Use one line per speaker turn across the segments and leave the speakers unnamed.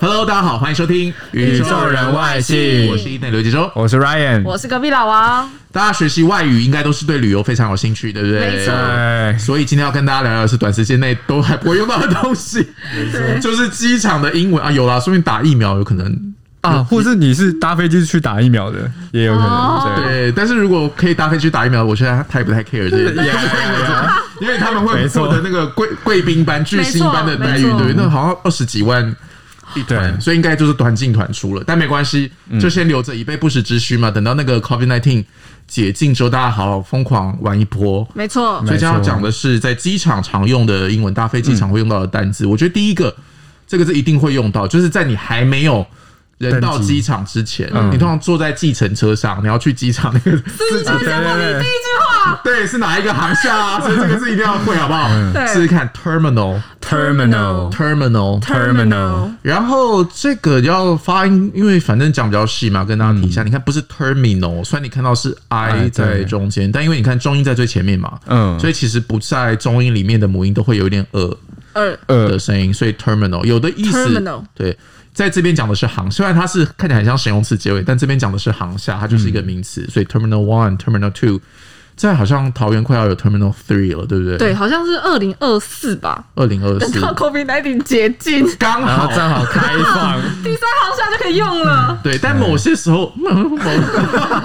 Hello，大家好，欢迎收听《
宇宙人外星
我是伊登刘杰洲。
我是 Ryan，
我是隔壁老王。
大家学习外语应该都是对旅游非常有兴趣，对不对？
没错
哎，
所以今天要跟大家聊聊的是短时间内都还不会用到的东西，就是机场的英文啊，有啦，说明打疫苗有可能。
啊，或是你是搭飞机去打疫苗的，也有可
哦
能。对，
对，但是如果可以搭飞机打疫苗，我觉得他也不太 care 这些，因为他们会
没错
获得那个贵贵宾班、巨星班的待遇
没，错
对，那好像二十几万一团，
对
所以应该就是团进团出了。但没关系，就先留着以备不时之需嘛。等到那个 COVID nineteen 解禁之后，大家好好疯狂玩一波。
没错，
所以今天要讲的是在机场常用的英文大飞机场会用到的单字。我觉得第一个，这个是一定会用到，就是在你还没有。人到
登机
机场之前，你通常坐在计程车上，你要去机场那个
自己
对对对，
对，是哪一个航厦啊？所以这个是一定要会，好不好？
嗯
对
试试看 terminal
terminal
terminal。
terminal
然后这个要发音，因为反正讲比较细嘛，跟大家提一下。你看，不是 terminal，虽然你看到是 i
嗯哎对
在中间，但因为你看中音在最前面嘛，
嗯
所以其实不在中音里面的母音都会有一点呃
二
的
呃，
声音，所以 terminal 有的意思
Terminal
对，在这边讲的是航，虽然它是看起来很像形容词结尾，但这边讲的是航厦，它
嗯
就是一个名词，所以 terminal one、terminal two，在好像桃园快要有 terminal three 了，对不对？
对，，好像是二零二四吧。
二零二
等
四
到 COVID 19解 禁，
刚
然
好
后正好开放，
第三行下就可以用了。
对，但某些时候，某
哎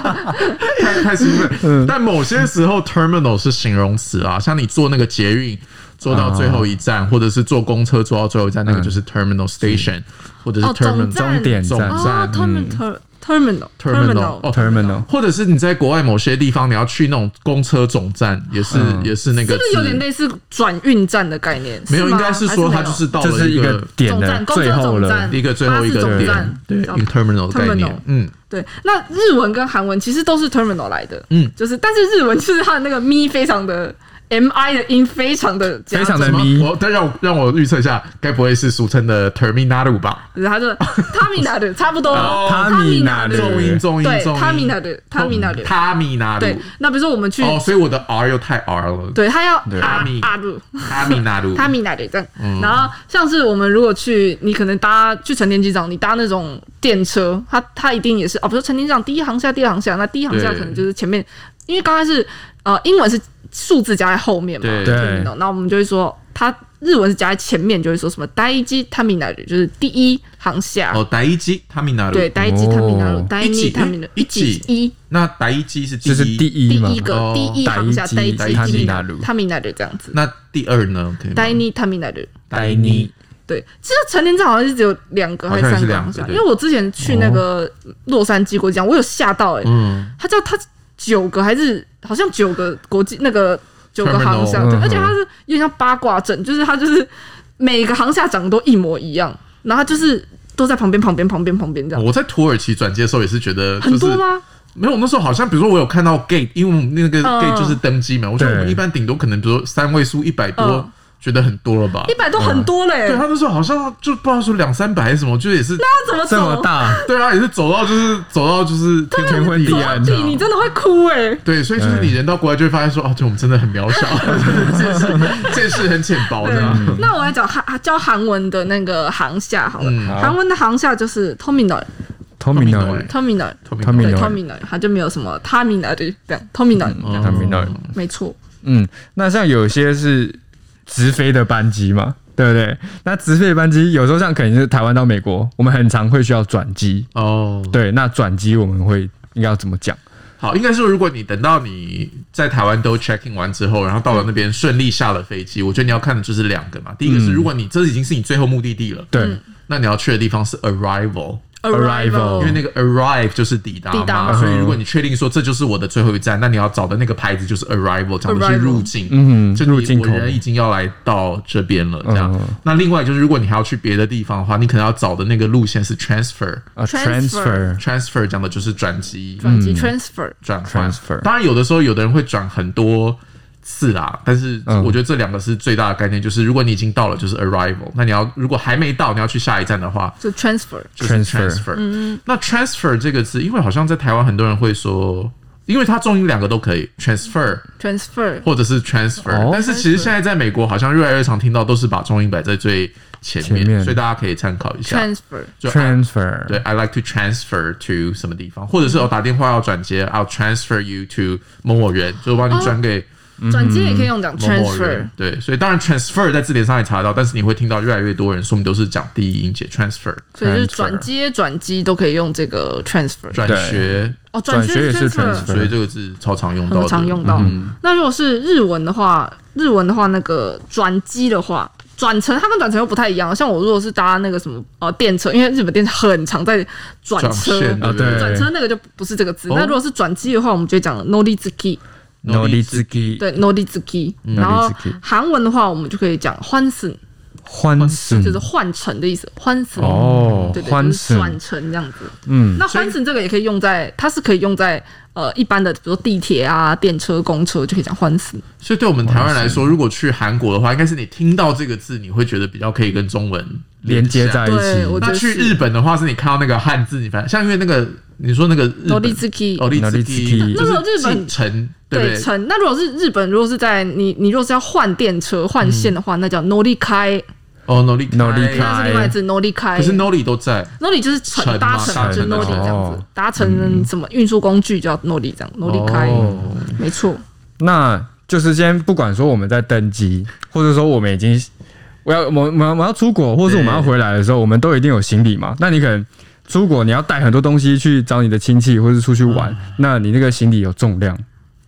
太太兴
嗯
奋。但某些时候，terminal 是形容词啊，像你坐那个捷运坐到最后一
嗯
站，或者是坐公车坐到最后一站，那个就是 terminal station，或者是
哦总
terminal
站
终点
总
站
哦
站。
，terminal terminal
嗯 terminal 哦
terminal
或者是你在国外某些地方，你要去那种公车总站，也是也是那
嗯是
个
不是有
字
点类似转运站的概念？
没有，
吗
应该是
还
说
没
它
有
就是到
就
了
是一
一
个
个
点
总
的
站公车
最后
总
了
站。
一个最后一
巴士
个
总
点
站，
对，一个 terminal 的概
terminal
念，嗯。
对，那日文跟韩文其实都是 terminal 来的，
嗯
嗯，就是但是日文就是它的那个咪非常的 m i 的音非常的
非常的
什么
迷
我但让我让我预测一下，该不会是俗称的 terminal 吧？
然后它就 terminal 的差不多
哦
对
terminal
重音重音
对
重音
terminal 的 terminal 的，
terminal
对，那比如说我们去，
哦，所以我的 r 又太 r 了，
对，它要
对
啊
Tami
啊路
terminal
terminal 的这样，
嗯
然后像是我们如果去，你可能搭去成田机场，你搭那种电车，它它一定也是哦，比如说成田机场第一航下第二航下，那第一航下
对
可能就是前面，因为刚开始呃英文是数字加在后面嘛，
对
对
听不懂，那我们就会说，它日文是加在前面，就会说什么“第一机 terminal”，就是第一航下。
哦，第一季 terminal
对，第一机
哦
terminal，第
一
二
级
terminal，
一
一
级
级一
那第一季是第
就是
一，
第
第
一嘛，
一个
哦
第一航下，
第
第
一
一
级
机
terminal
terminal 这样子，
那第二呢？可以
第
吗
一 terminal。
第一
对，其实成年站好像是只有两个还是
好像
三
是
个
两
航
个
厦，
对哦
因为我之前去那个洛杉矶国际机场，我有吓到哎、欸，
嗯，
它叫它九个还是好像九个国际那个九个
Terminal，
航厦，
嗯
而且它是有点像八卦阵，就是它就是每个航厦长得都一模一样，然后它就是都在旁边旁边旁边旁边这样，
哦我在土耳其转机的时候也是觉得，就
很
是
多吗？
没有，那时候好像比如说我有看到 gate，因为我们那个
嗯
gate 就是登机嘛，我觉得我们
对
一般顶多可能比如说三位数一百多
嗯，
觉得很多了吧
一？百多很多嘞、
嗯对
欸，
他那时候好像就不知道说两三百还是什么，就也是
它怎么
这么
走？
大，
对啊，也是走到就是走到就是
啊
天
天昏地暗
啊
啊
对，你真的会哭哎、欸，
对，所以就是你人到国外就会发现说，哦，对，我们真的很渺小， 见识见识很浅薄
对嗯
的。
那我来讲韩教韩文的那个航厦好了，
嗯
韩文的航厦就是 terminal
terminal
terminal。
Terminal
对 terminal，它就没有什么
嗯
欸
terminal 这样 terminal，、
哦
嗯 terminal
没错，
嗯，那像有些是直飞的班机嘛，对不对？那直飞的班机有时候像可能是台湾到美国，我们很常会需要转机。
哦，
对，那转机我们会应该要怎么讲？
好，应该说，如果你等到你在台湾都 check in 完之后，然后到了那边顺利下了飞
嗯
机，我觉得你要看的就是两个嘛。第一个是，如果你这已经是你最后目的地了，
对，
那你要去的地方是 arrival，嗯
Arrival
因为那个 arrive 就是抵达
嗯抵达
嘛，
嗯
所以如果你确定说这就是我的最后一站，那你要找的那个牌子就是 arrival，讲的是
Arrival
入境，
嗯
就
入境
你我
口
人已经要来到这边了，这样
嗯。
那另外就是，如果你还要去别的地方的话，你可能要找的那个路线是 transfer，transfer
啊
Transfer
，transfer，
讲的就是转机，
转机 transfer
转换
Transfer
当然，有的时候有的人会转很多次啦，但是
嗯
我觉得这两个是最大的概念，就是如果你已经到了，就是 arrival。那你要如果还没到，你要去下一站的话，
就 transfer
就是
Transfer
transfer。那 transfer 这个字，因为好像在台湾很多人会说，因为它中英两个都可以 transfer。
transfer
或者是 transfer，、
哦
但是其实现在在美国好像越来越常听到都是把中英摆在最前面，
前面
所以大家可以参考一下。
transfer
就
transfer，
对，I like to transfer to 什么地方，或者是我打电话要转接，I'll transfer you to 某某人，就帮你转给
转机也可以用讲
嗯某某人
transfer。。
对，所以当然 transfer 在字典上也查得到，但是你会听到越来越多人说我们都是讲第一音节 transfer
所以就是
transfer
转接、转机都可以用这个 transfer
转学，
哦，转
转学也
学
是
transfer
transfer
所以这个字超常用到
很
的，
常用到。
嗯
那如果是日文的话，日文的话那个转机的话，转乘它跟转乘又不太一样。像我如果是搭那个什么呃电车，因为日本电车很常在转
转
车，
线
啊
对不对
对
转车那个就不是这个字。
哦
那如果是转机的话，我们就会讲 n o d i z u k i
，no l i z k i
对 n o d i z u k i 然后韩文的话，我们就可以讲换乘，
欢声
就是换乘的意思，换乘。
哦
对，对，
欢
就是
声
转乘这样子。嗯，那欢乘这个也可以用在，它是可以用在呃一般的，比如说地铁啊、电车、公车就可以讲欢乘。
所以对我们台湾人来说，如果去韩国的话，应该是你听到这个字，你会觉得比较可以跟中文
连接
起来
在一
对我
起
觉得
那去
是
日本的话，是你看到那个汉字，你反像因为那个你说那个日
n o
本
d i z u k i
哦，利兹基，
Noritsuki
就是
那个日本
进城，对不
对
对？
乘。那如果是日本，如果是在你你如果是要换电车换线的话，那叫 nori 开，
哦，Nori
Norikai
那是另外一只 nori 开
可。是 Nori 都在
nori 就是
乘嘛
乘搭乘嘛，就是
乘
nori
哦
这样子，搭乘什么运输工具叫 nori 这样 nori 开，
哦，
没错。
那就是先不管说我们在登机，或者说我们已经我要我们我们我们要出国，或者是我们要回来的时候，我们都一定有行李嘛。那你可能出国你要带很多东西去找你的亲戚，或是出去
嗯
玩，那你那个行李有重量。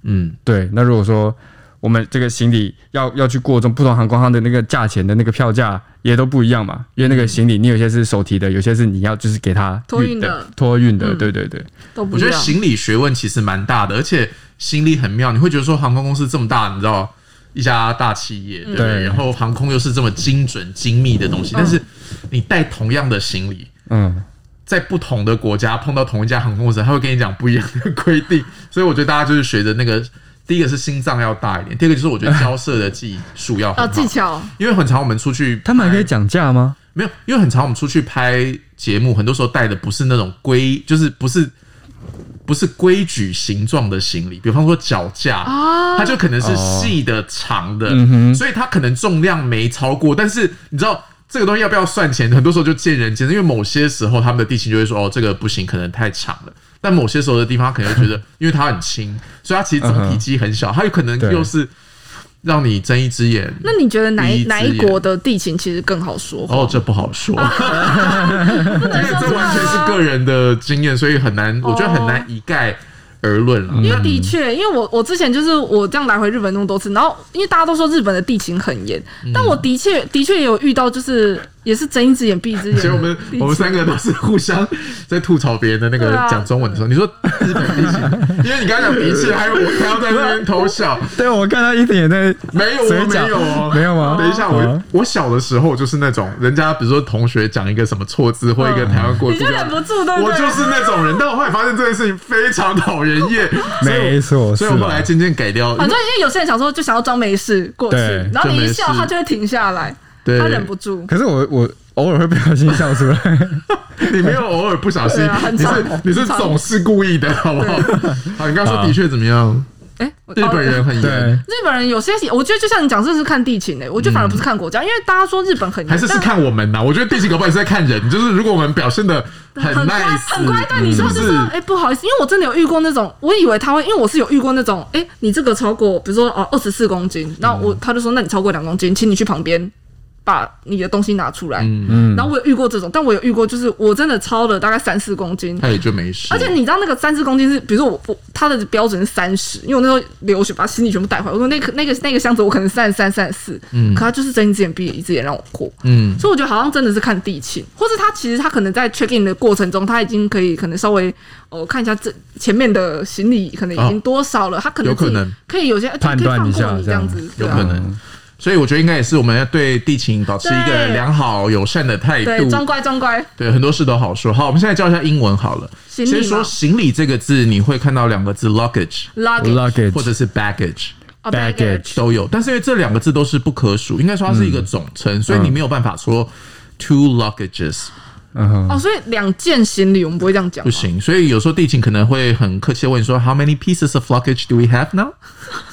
嗯，
对，那如果说我们这个行李要要去过中不同航空它的那个价钱的那个票价也都不一样嘛，因为那个行李你有些是手提的，有些是你要就是给它
嗯托运的
的托运的，
嗯
对对对，
都不
我
一
觉得
样。
行李学问其实蛮大的，而且心理很妙。你会觉得说航空公司这么大，你知道一家大企业，对不对？
对
然后航空又是这么精准精密的东西，但是你带同样的行李。
嗯，
在不同的国家碰到同一家航空公司，他会跟你讲不一样的规定，所以我觉得大家就是学着那个，第一个是心脏要大一点，第二个就是我 觉得交涉的技术要很
啊，
好，
技巧
因为很常我们出去，
哦他们还可以讲价吗？
没有，因为很常我们出去拍节目，很多时候带的不是那种规，就是不是不是规矩形状的行李，比方说脚架，它就可能是细的、长的，所以它可能重量没超过，但是你知道。这个东西要不要算钱？很多时候就见仁见智，因为某些时候他们的地形就会说哦，这个不行，可能太长了。但某些时候的地方，他可能会觉得，因为它很轻，所以它其实总体积很小，它有可能
对
又是让你睁一只眼。
那你觉得哪
第一
一
只
哪一
眼
国的地形其实更好说话？
哦，这不好说。
不能说啊
这完全是个人的经验，所以很难，我觉得很难一概而论了。
因为的确，因为我我之前就是我这样来回日本那么多次，然后因为大家都说日本的地形很严，
嗯
但我的确的确也有遇到，就是也是睁一只眼闭一只眼。
所以我们
地
我们
形
三个都是互相在吐槽别人的那个
对啊
讲中文的时候，你说 日本地形，因为你刚才讲鼻气，还有我还要在那边偷笑，
对，我看他一点也在
没有，
谁
我没
讲
有哦，
没有吗
等一下，我
啊
我小的时候就是那种人家比如说同学讲一个什么错字或一个台湾国
你就
字，
忍不住，对不
我
对？
就是那种人，但我后来发现这件事情非常讨人厌，所以我
没错
所以我
是啊
后来渐渐改掉，
反正因为有些人想说就想要装没事过去
对，
然后
就
你
没
一
事
笑他就会停下来，
对
他忍不住。
可是我我偶尔会不小心笑出 来，
你没有偶尔不小心，
对啊很
你是
常
你是
很常
总是故意的，好不好？好，你刚刚说的确怎么样？
哎、
日本人很
哦对
严，，
日本人有些，我觉得就像你讲，这是看地勤诶、欸我觉得反而不是看国家，因为大家说日本很严
还是是
但
看我们呐、我觉得地形搞不好也是在看人，就是如果我们表现的很
很乖
nice，
很乖，对你说
嗯
是说，哎、不好意思，因为我真的有遇过那种，我以为他会，因为我是有遇过那种，哎、你这个超过，比如说哦二十四公
嗯
斤，然后我、他就说，那你超过两公斤，请你去旁边把你的东西拿出来。
嗯，
嗯
然，后我有遇过这种，但我有遇过，就是我真的超了大概三四公斤，
他也就没事。
而且你知道那个三十公斤是，比如说我我他的标准是三十，因为我那时候留学把行李全部带回来，我说那个那个那个箱子我可能三十三、三十四，可他就是睁一只眼闭一只眼让我过，
嗯，
所以我觉得好像真的是看地勤，或是他其实他可能在 check in 的过程中，他已经可以可能稍微哦看一下这前面的行李可能已经多少了，他可能
有可能
自己可以有些哎
判断一
可以放
下
过你这样子，对
有
啊
可能。所以我觉得应该也是我们要对地勤保持一个
对
良好友善的态
对，装
度。
乖装乖，
对，很多事都好说。好，我们现在教一下英文好了。
行
先
李
说
嘛
行李这个字，你会看到两个字 luggage
，luggage
luggage
或者是 baggage。
啊
baggage
都有，但是因为这两个字都是不可数，应该说它是一个总称，所以你没有办法说 two luggages
嗯哼，
哦，所以两件行李我们不会这样讲
不
吗，
行。所以有时候地勤可能会很客气地问说 How many pieces of luggage do we have now?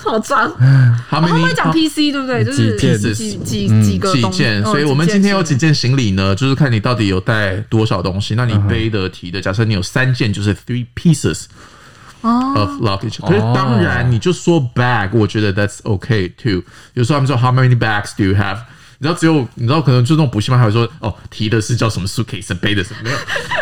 好脏。
How
哦他
many？
们会讲 PC 对不对？就是
几件
几几几个
几
东
件，
嗯
所以我们
几
今天有几
件
件行李呢？就是看你到底有带多少东西。那你背的、提的，假设你有三件，就是 three pieces
哦
of luggage。可是当然，你就说 bag，我觉得 that's okay too。有时候他们说 how many bags do you have？你知道只有你知道，可能就那种补习班还会说哦，提的是叫什么 suitcase，背的是没有。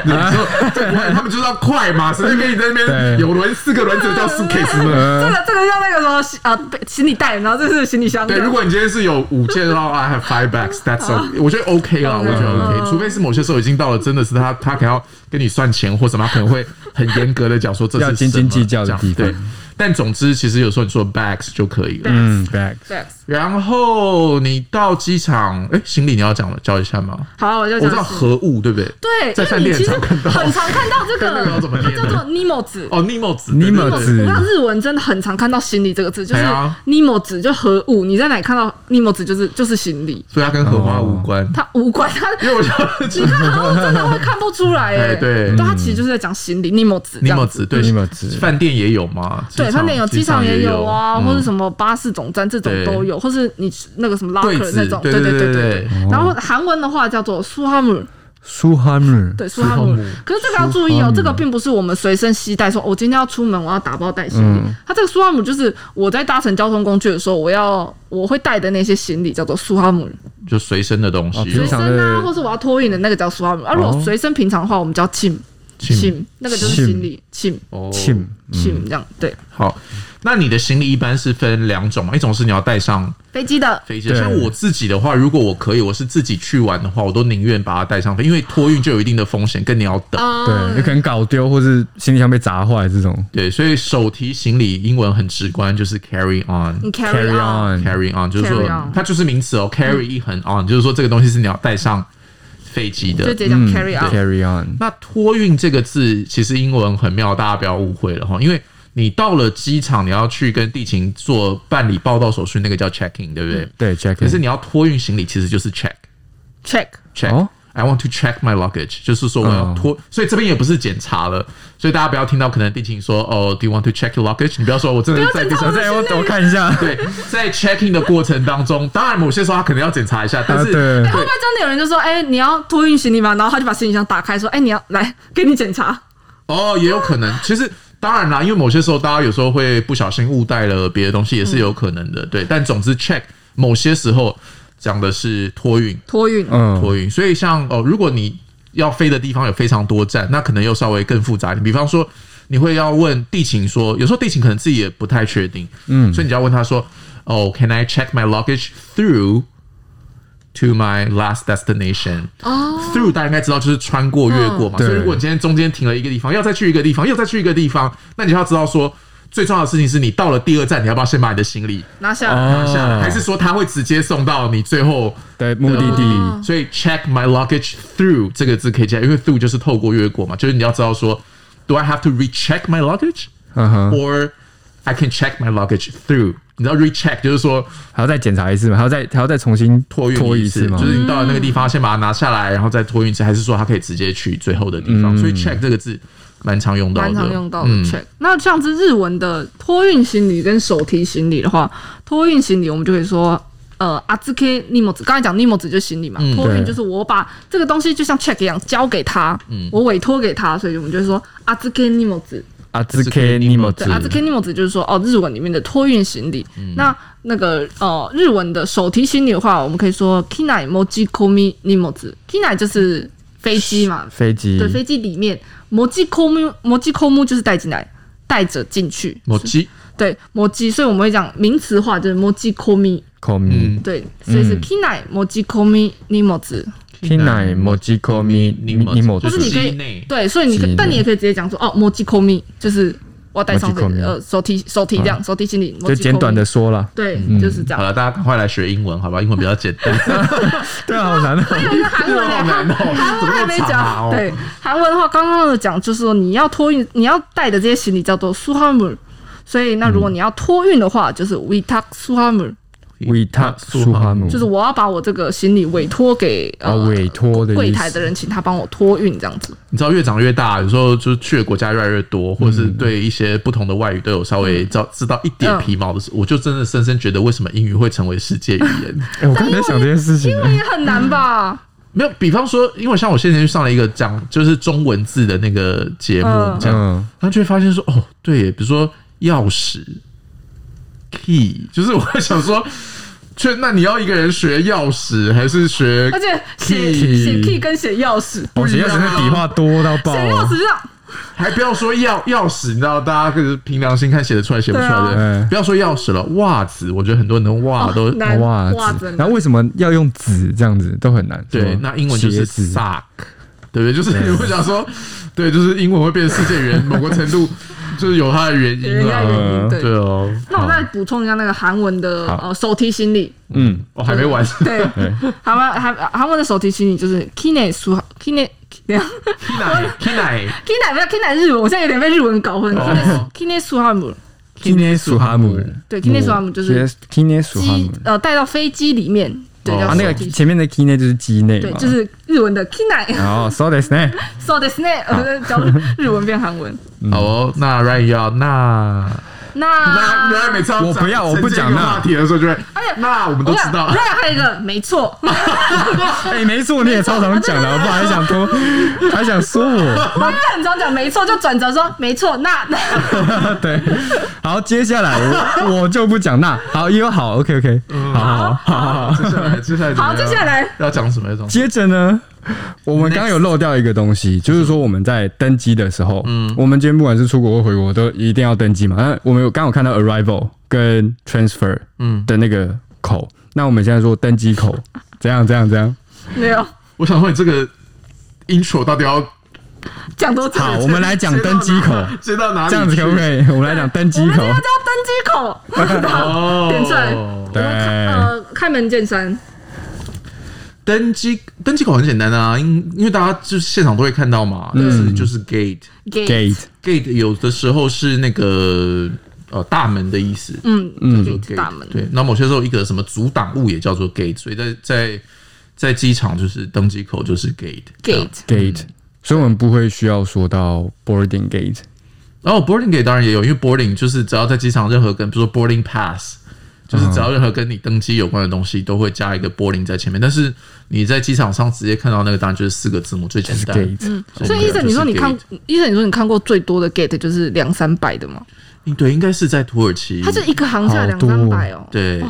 你说这他们就是要快嘛，谁在跟你在那边
对
有轮四个轮子 叫 suitcase 呢？
嗯
这个这个叫那个什么行啊背行李袋，然后这是行李箱。
对，如果你今天是有五件的话，I have five bags，that's okay，我觉得 OK 啦，我觉得 OK，除非是某些时候已经到了真的是他他可能要跟你算钱或什么，他可能会很严格的讲说这是
要斤斤
什么
计较的
这样
地方
对，但总之其实有时候你说 bags 就可以了。
嗯，back，
对，
然后你到机场，哎，行李你要讲了，教一下吗？
好，我就
我
讲
知道何物对不对？
对，
在饭
因为
店
你其实
常看到
很常看到 这
那个要
个
怎么念呢
叫做 Nemo 子。
哦，Nemo 子
Nemo
我
子
知道日文真的很常看到行李这个字，就是
对啊
Nemo 子就合物，你在哪里看到 Nemo 子就是就是行李，
所以它跟荷花无关，
它无关 它，
因为我就
你看然后真的会看不出来
哎
哎，
对
它其实就是在讲行李 Nemo 子这样
Nemo
子
子对
Nemo 子
饭店也有嘛？
对，
机
饭店有，机场也有啊，
嗯
或者什么巴士总站这种
对
都有，或是你那个什么
柜
locker
子
那种，
对
对
对
对哦
对
对。然后韩文的话叫做苏哈姆，
苏哈姆，
对苏哈姆
苏哈姆。
可是这个要注意哦，这个并不是我们随身携带，说我哦今天要出门，我要打包带行李。它这个苏哈姆就是我在搭乘交通工具的时候，我要我会带的那些行李叫做苏哈姆，
嗯就随身的东西
哦，
有
随
平常
身啊，
的
或是我要托运的那个叫苏哈姆。啊，如果随身平常的话，我们叫 chim chim，那嗯个就是行李 chim
哦
Tim，
chim 这样对。
好，那你的行李一般是分两种嘛，一种是你要带上
飞机的
飞机，
对
像我自己的话，如果我可以，我是自己去玩的话，我都宁愿把它带上飞，因为托运就有一定的风险，跟你要等。
啊，
对，有可能搞丢或是行李箱被砸坏这种
对，所以手提行李英文很直观，就是 carry on。
你 carry
，carry
on。
on，
carry on 就是说
carry on 嗯
它就是名词哦，carry 一横 on 就是说这个东西是你要带上飞机
就
的
直。接讲 carry out。
carry on，
那托运这个字其实英文很妙，大家不要误会了哈，因为你到了机场，你要去跟地勤做办理报到手续，那个叫 check in，对不对？
对，check，
可是你要托运行李，其实就是 check
check
check、
哦
I want to check my luggage，就是说我要
哦
托，所以这边也不是检查了，所以大家不要听到可能地勤说哦，Do you want to check your luggage？你不要说我真的在地
我
上在
再哦我我看一下，
对，在 checking 的过程当中，当然某些时候他可能要检查一下，但
啊，
是、
对，
会不会真的有人就说，哎、你要托运行李吗？然后他就把行李箱打开，说，哎、你要来给你检查。
哦，也有可能。其实当然啦，因为某些时候大家有时候会不小心误带了别的东西，也是有可能的。对，但总之 check 某些时候讲的是托运，
托运、
嗯，
托运。所以像哦，如果你要飞的地方有非常多站，那可能又稍微更复杂一点。比方说，你会要问地勤说，有时候地勤可能自己也不太确定，嗯，所以你就要问他说，哦，Can I check my luggage through？To my last destination，哦、t h r o u g h 大家应该知道就是穿过、越过嘛。
对
所以如果你今天中间停了一个地方，要再去一个地方，又再去一个地方，那你就要知道说，最重要的事情是你到了第二站，你要不要先把你的行李
拿下来。
拿下
嗯
来，还是说他会直接送到你最后
对目的地，
所以 check my luggage through 这个字可以加，因为 through 就是透过越过嘛，就是你要知道说，do I have to recheck my luggage
嗯哼，
or I can check my luggage through？你知道 recheck 就是说
还要再检查一次吗？还要再还要再重新
托运
拖
一
一
次，
次吗
就？是你到了那个地方先把它拿下来，然后再托运一次，还是说它可以直接去最后的地方？所以 check 这个字蛮常用到的，
蛮常用到的
嗯
check。那像是日文的托运行李跟手提行李的话，托运行李我们就可以说。呃，阿兹 K 尼莫子，刚才讲尼莫子就是行李嘛，
嗯
托运
对
就是我把这个东西就像 check 一样交给他，
嗯
我委托给他，所以我们就说阿兹 K 尼莫子，
阿兹 K 尼莫兹
对，阿啊兹 K 尼莫子就是说哦，日文里面的托运行李。那那个呃，日文的手提行李的话，我们可以说 kinai moji komi ni m o z kinai 就是飞机嘛，
飞机
对，飞机里面 moji komi moji komu 就是带进来，带着进去，
某机
对 moji，所以我们会讲名词化就是 moji komi，
call me
嗯
对，所以是 kinai moji komi ni m o z
kinai moji call me 尼莫
就
或
是
是你可
机
以
内
对，所以你可
机内
但你也可以直接讲说哦，moji komi 就是。我要带上飞
moji komi
呃手提手提这样、手提行李，
就
moji
简
komi
短的说了。
对，就是这样
好。了，大家赶快来学英文，好吧？英文比较简单。
对啊，好难啊！
还有一个韩文
好难
呢，
哦
韩文
怎么那么
还没
长啊
讲。
哦
对，韩文的话，刚刚的讲就是说你要托运，你要带的这些行李叫做苏哈姆，所以那如果你要托运的话，就是 we tak 苏哈姆，
维他苏哈姆
就是我要把我这个行李委托给
啊，
呃
委托的意思
柜台的人，请他帮我托运这样子。
你知道越长越大，有时候就是去的国家越来越多，或者是对一些不同的外语都有稍微知道知道一点皮毛的时候，我就真的深深觉得为什么英语会成为世界语 言。
哎，我刚才在想这件事情，
也很难吧？
没有，比方说，因为像我先前去上了一个讲就是中文字的那个节目，
嗯
这样，
嗯，
然后就会发现说，哦，对耶，比如说钥匙 key，就是我会想说，却那你要一个人学钥匙，还是学
而且写
Key
写 key 跟写钥 匙，写
我写钥匙那笔画多到爆
钥匙
啊，
这样，
还不要说钥钥匙，你知道，大家可是凭良心看写得出来写不出来的，
对啊
不要说钥匙了，袜子，我觉得很多人的袜都、
哦难
哇
袜
子
子，
然后为什么要用纸这样子都很难？
对
什，么
那英文就是
鞋子
sock，对不对？就是你会想说，对，就是英文会变成世界语言，某个程度就是有它的原因
人家
啦。
嗯
原因
对
对。
哦，
那我再补充一下那个韩文的
好
呃手提行李，
嗯，
我哦还没完，
对， 韩文韩韩文的手提行李就是 kine 苏 kine kine
Kinai Kinai
kine 不要 kine 日文，我现在有点被日文搞混
哦
了。kine 苏哈姆，
Kine 苏哈姆，
对，kine 苏哈姆就是
Kine 苏哈
机
姆
呃带到飞机里面，对，
哦
叫
啊，
手
那个
提
前面的 Kine 就是机内
对，
嘛，
就是日文的 kine。
哦，so this 呢，
So this name，呃，讲日文变韩文。
嗯
好哦，那 Ryan 要
啊
那那
那
Ryan 每次要
我不要
讲
我不讲
这个
那
话题的时候就会
哎呀，
那我们
我
都知道
想，那还有一个没错，
哎，没错，你也超常讲的，我不好还想说，还想说我，
他很常讲没错，就转折说没错，那那
对，好，接下来我我就不讲那，好，也有好，OK OK，好好嗯好好，
接下来接下来怎么
好，
样
接下来
要讲什么要讲什
接
么？
着呢。我们刚刚有漏掉一个东西，就是说我们在登机的时候，嗯，我们今天不管是出国或回国，都一定要登机嘛。那我们有刚好看到 arrival 跟 transfer
嗯
的那个口，那我们现在说登机口，怎样怎样怎样？
没有
我想说你这个 intro 到底要
讲多次，
好，我们来讲登机 口，
接到哪里？
这样子可不 可以？我们来讲登
我
机
们这
口
个，叫登机口。
哦，
点出来
对，
呃，开门见山，
登机登机口很简单啊，因因为大家就是现场都会看到嘛，
嗯
就是就是 gate
给
gate，
gate 有的时候是那个呃大门的意思，
嗯
嗯
嗯，
gate，
大门。
对，那某些时候一个什么阻挡物也叫做 gate，所以在在在机场就是登机口就是 gate。
gate
gate，所以我们不会需要说到 boarding gate，
然后 boarding gate 当然也有，因为 boarding 就是只要在机场任何跟比如说 boarding pass，就是只要任何跟你登机有关的东西都会加一个 boarding 在前面，但是你在机场上直接看到那个当然就是四个字母最简
就是
单。
gate，
所以医生，你说你看
就是，
医生你说你看过最多的 gate 就是两三百的嘛？
gate 对，应该是在土耳其，
它是一个航下两三百哦。
嗯对，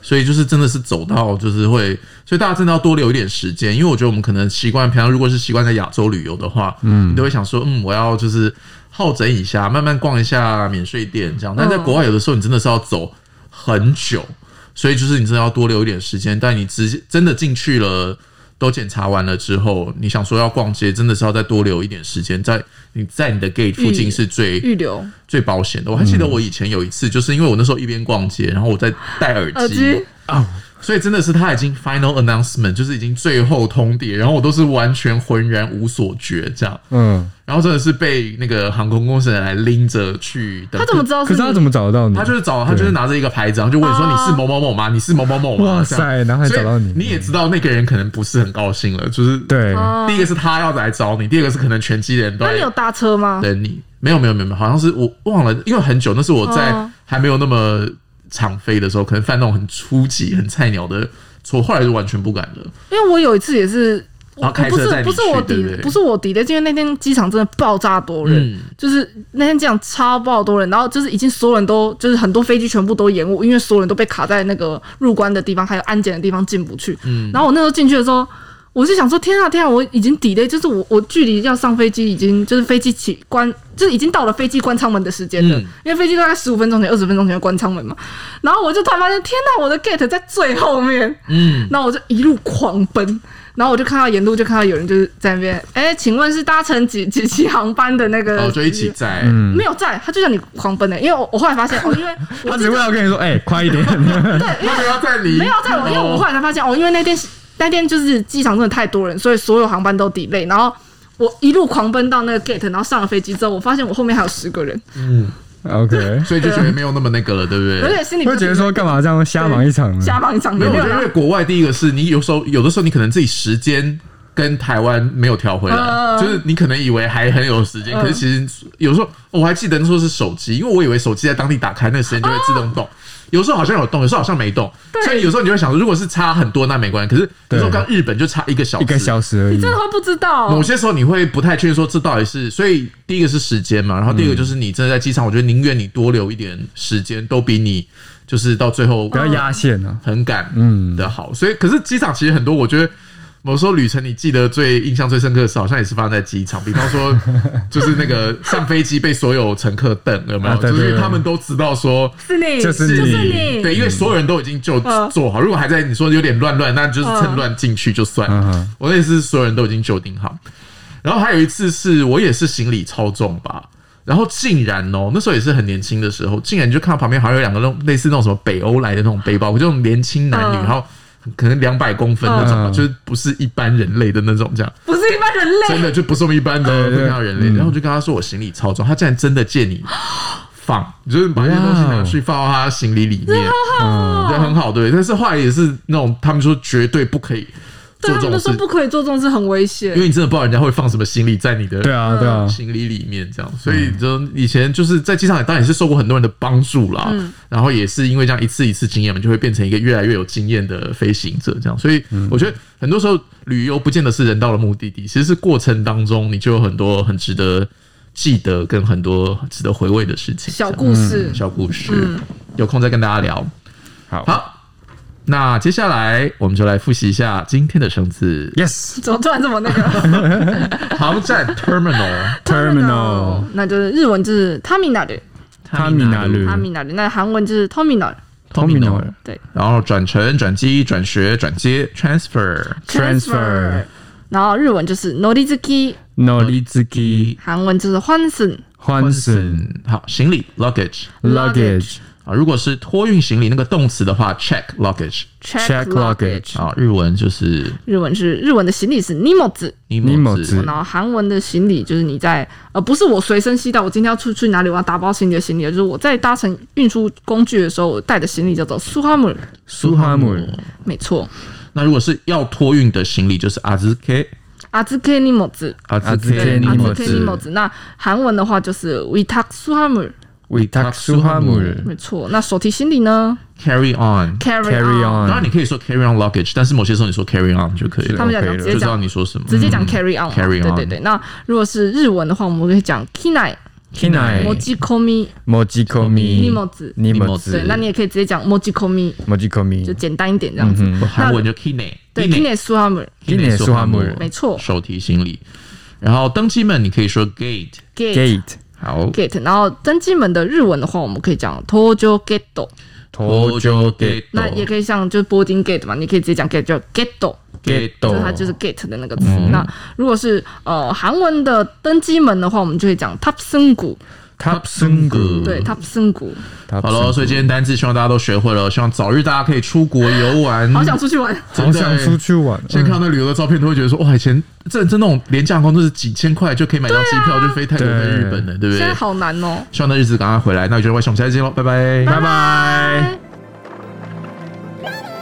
所以就是真的是走到就是会，所以大家真的要多留一点时间，因为我觉得我们可能习惯，平常如果是习惯在亚洲旅游的话，嗯，你都会想说，嗯，我要就是好整一下，慢慢逛一下免税店这样。但在国外有的时候，你真的是要走很久，所以就是你真的要多留一点时间。但你直接真的进去了。都检查完了之后，你想说要逛街，真的是要再多留一点时间，在你在你的 gate 附近是最
预留
最保
嗯
险的。我还记得我以前有一次，就是因为我那时候一边逛街，然后我在戴耳
耳
机
机，
啊，所以真的是他已经 final announcement，就是已经最后通牒，然后我都是完全浑然无所觉这样，
嗯，
然后真的是被那个航空公司的人来拎着去的。
他怎么知道
可是
是
他
你
怎么找得到你？
他就是找他就是拿着一个牌子，然后就问说
啊
你是某某某吗？你是某某某吗？
哇塞
这样
然后还找到你
所以你也知道那个人可能不是很高兴了，就是。
对，
啊
第一个是他要来找你，第二个是可能全机的人都
那
在
你有搭车吗？
等你。没有没有没有，没有好像是我忘了，因为很久，那是我在
哦
还没有那么常飞的时候，可能犯那种很初级、很菜鸟的错，后来就完全不敢了。
因为我有一次也是，我
然后开车
不
载
是
你
不是
去
我
对不对
抵不是我抵的，是因为那天机场真的爆炸多人，
嗯
就是那天机场超爆多人，然后就是已经所有人都就是很多飞机全部都延误，因为所有人都被卡在那个入关的地方，还有安检的地方进不去。
嗯
然后我那时候进去的时候。我是想说，天啊天啊！我已经抵 e 就是我我距离要上飞机已经就是飞机起关，就是已经到了飞机关舱门的时间了，
嗯
因为飞机大概十五分钟前、二十分钟前就关舱门嘛。然后我就突然发现，天哪、我的 gate 在最后面，
嗯，
那我就一路狂奔，然后我就看到沿路就看到有人就是在那边，哎、请问是搭乘几几期航班的那
然
个？
后哦就一起在，
嗯
没有在，他就叫你狂奔的、因为我我后来发现哦，因为我
他
记
只
得
为了跟你说，哎，快一点，
他没有在你，
没有在我，因为我后来才发现哦，因为那天是那天就是机场真的太多人，所以所有航班都 delay，然后。我一路狂奔到那个 gate，然后上了飞机之后，我发现我后面还有十个人，
嗯，
OK，
所以就觉
嗯
得没有那么那个了，对不
而
对？
且心里
会觉得说干嘛这样瞎忙一场呢？
瞎忙一场，
没有，我
没有啊
觉得因
啦
为国外第一个是你有时候有的时候你可能自己时间。跟台湾没有调回来，
嗯
就是你可能以为还很有时间，
嗯
可是其实有时候哦我还记得那时候是手机，因为我以为手机在当地打开，那个时间就会自动
啊
动。有时候好像有动，有时候好像没动，所以有时候你会想说，如果是差很多那没关系，可是有时候
对
刚日本就差一个小时，
一个小时而已
真，的会不知道。
某些时候你会不太确定说这到底是，所以第一个是时间嘛，然后第二个就是你真的在机场，我觉得宁愿你多留一点时间，都比你就是到最后
不要压线啊。
很赶
嗯
的好。所以可是机场其实很多，我觉得。某时候旅程你记得最印象最深刻的事，好像也是发生在机场。比方 说，就是那个上飞机被所有乘客瞪，有没有？
啊对
就是
对
因为
对
他们都知道说，
是你，
就是你
就是你，
对，因为所有人都已经就
嗯
做好。如果还在你说有点乱乱，那就是趁
嗯
乱进去就算
嗯
了
哼。
我那也是所有人都已经就定好。然后还有一次是我也是行李超重吧，然后竟然哦，那时候也是很年轻的时候，竟然就看到旁边好像有两个那种类似那种什么北欧来的那种背包，就那种年轻男女，
嗯
然后可能两百公分那种吧，
嗯
就是不是一般人类的那种这样。
不是一般人类
真。的就不是我们一般的
对对
会看到人类。
嗯
然后我就跟他说我行李超重，他竟然真的借你放，就是把那些东西拿去放到他行李里面，嗯，对，很好，对。但是后来也是那种他们说绝对不可以做
对他们
这种
都
事
说，不可以做这种事，很危险
因。为你真的不知道人家会放什么行李在你的
对啊，对啊，
行李里面这样，所以
嗯
就以前就是在机场，当然也是受过很多人的帮助啦。
嗯
然后也是因为这样一次一次经验嘛，就会变成一个越来越有经验的飞行者这样。所以
嗯
我觉得很多时候旅游不见得是人到了目的地，其实是过程当中你就有很多很值得记得跟很多值得回味的事情。
小故
嗯
事，嗯
小故事，有空再跟大家聊。
好
好，那接下来我们就来复习一下今天的生字
，Yes
怎么突然这么那个
航站 terminal。
Terminal
那就是日文就是 terminal，
Terminal
terminal，那韩文就是 terminal，
Terminal
对
然后转乘、转机、转学、转接 （transfer）。
Transfer
然后日文就是 norizuki，
Norizuki
韩文就是 hansen，
Hansen
嗯，好，行李 （luggage）
Luggage
啊，如果是托运行李那个动词的话，check luggage
check
Check
luggage，
luggage
啊，日文就是
日文是日文的行李是 nimoz，
Nimoz
然后韩文的行李就是你在呃不是我随身携带，我今天要出去哪里我要打包行李的行李，就是我在搭乘运输工具的时候我带的行李叫做 suhamu，
苏哈姆
没错
那如果是要托运的行李，就是阿兹 k
，azuke nimoz。
阿兹
azuke
克
对，
尼
阿
莫
兹
兹
克尼莫兹。那韩文的话就是 w i t a k s u h a m u
，Vitak 苏哈姆
没错。那手提行李呢
carry on。
？Carry
Carry
on。
当然
on
你可以说 carry on luggage，但是某些时候你说 carry on 就可以
他
了
们，讲
OK
直
就
接
知道
讲
你说什么。嗯
直接讲 carry on 嘛。
carry
对
on
对对。那如果是日文的话，我们可以讲 kinai
Kinai
mojikomi
Mojikomi
nimoz。
尼莫
对
兹，
那你也可以直接讲 mojikomi，就
Mojikomi
简单一点这样子。
嗯韩文就 kine，
对 kinai s u h a m u
Kine 苏哈姆
没错
手提行李。然后登机门你可以说 gate，
gate
Gate
好
gate。然后登机门的日文的话，我们可以讲 tojo gate。
Tojo Gate
那也可以像就是 boarding gate 嘛，你可以直接讲 gate 就 gate。
gate，
就是它就是 gate 的那个词。
嗯
那如果是呃韩文的登机门的话，我们就会讲 t a p s e n g u
Top Sungu，
嗯
对，它生谷，
好了，所以今天单字希望大家都学会了，希望早日大家可以出国游玩。
好想出去玩。
好想出去玩，
现在看到那旅游的照片，都会觉得说，哇，以前这这那种廉价航空都是几千块就可以买到机票，就飞泰国、飞日本的，对不
啊现
对
在？好难哦。
希望那日子赶快回来。那我觉得外兄，我们下次见喽，拜拜。
拜拜。
拜。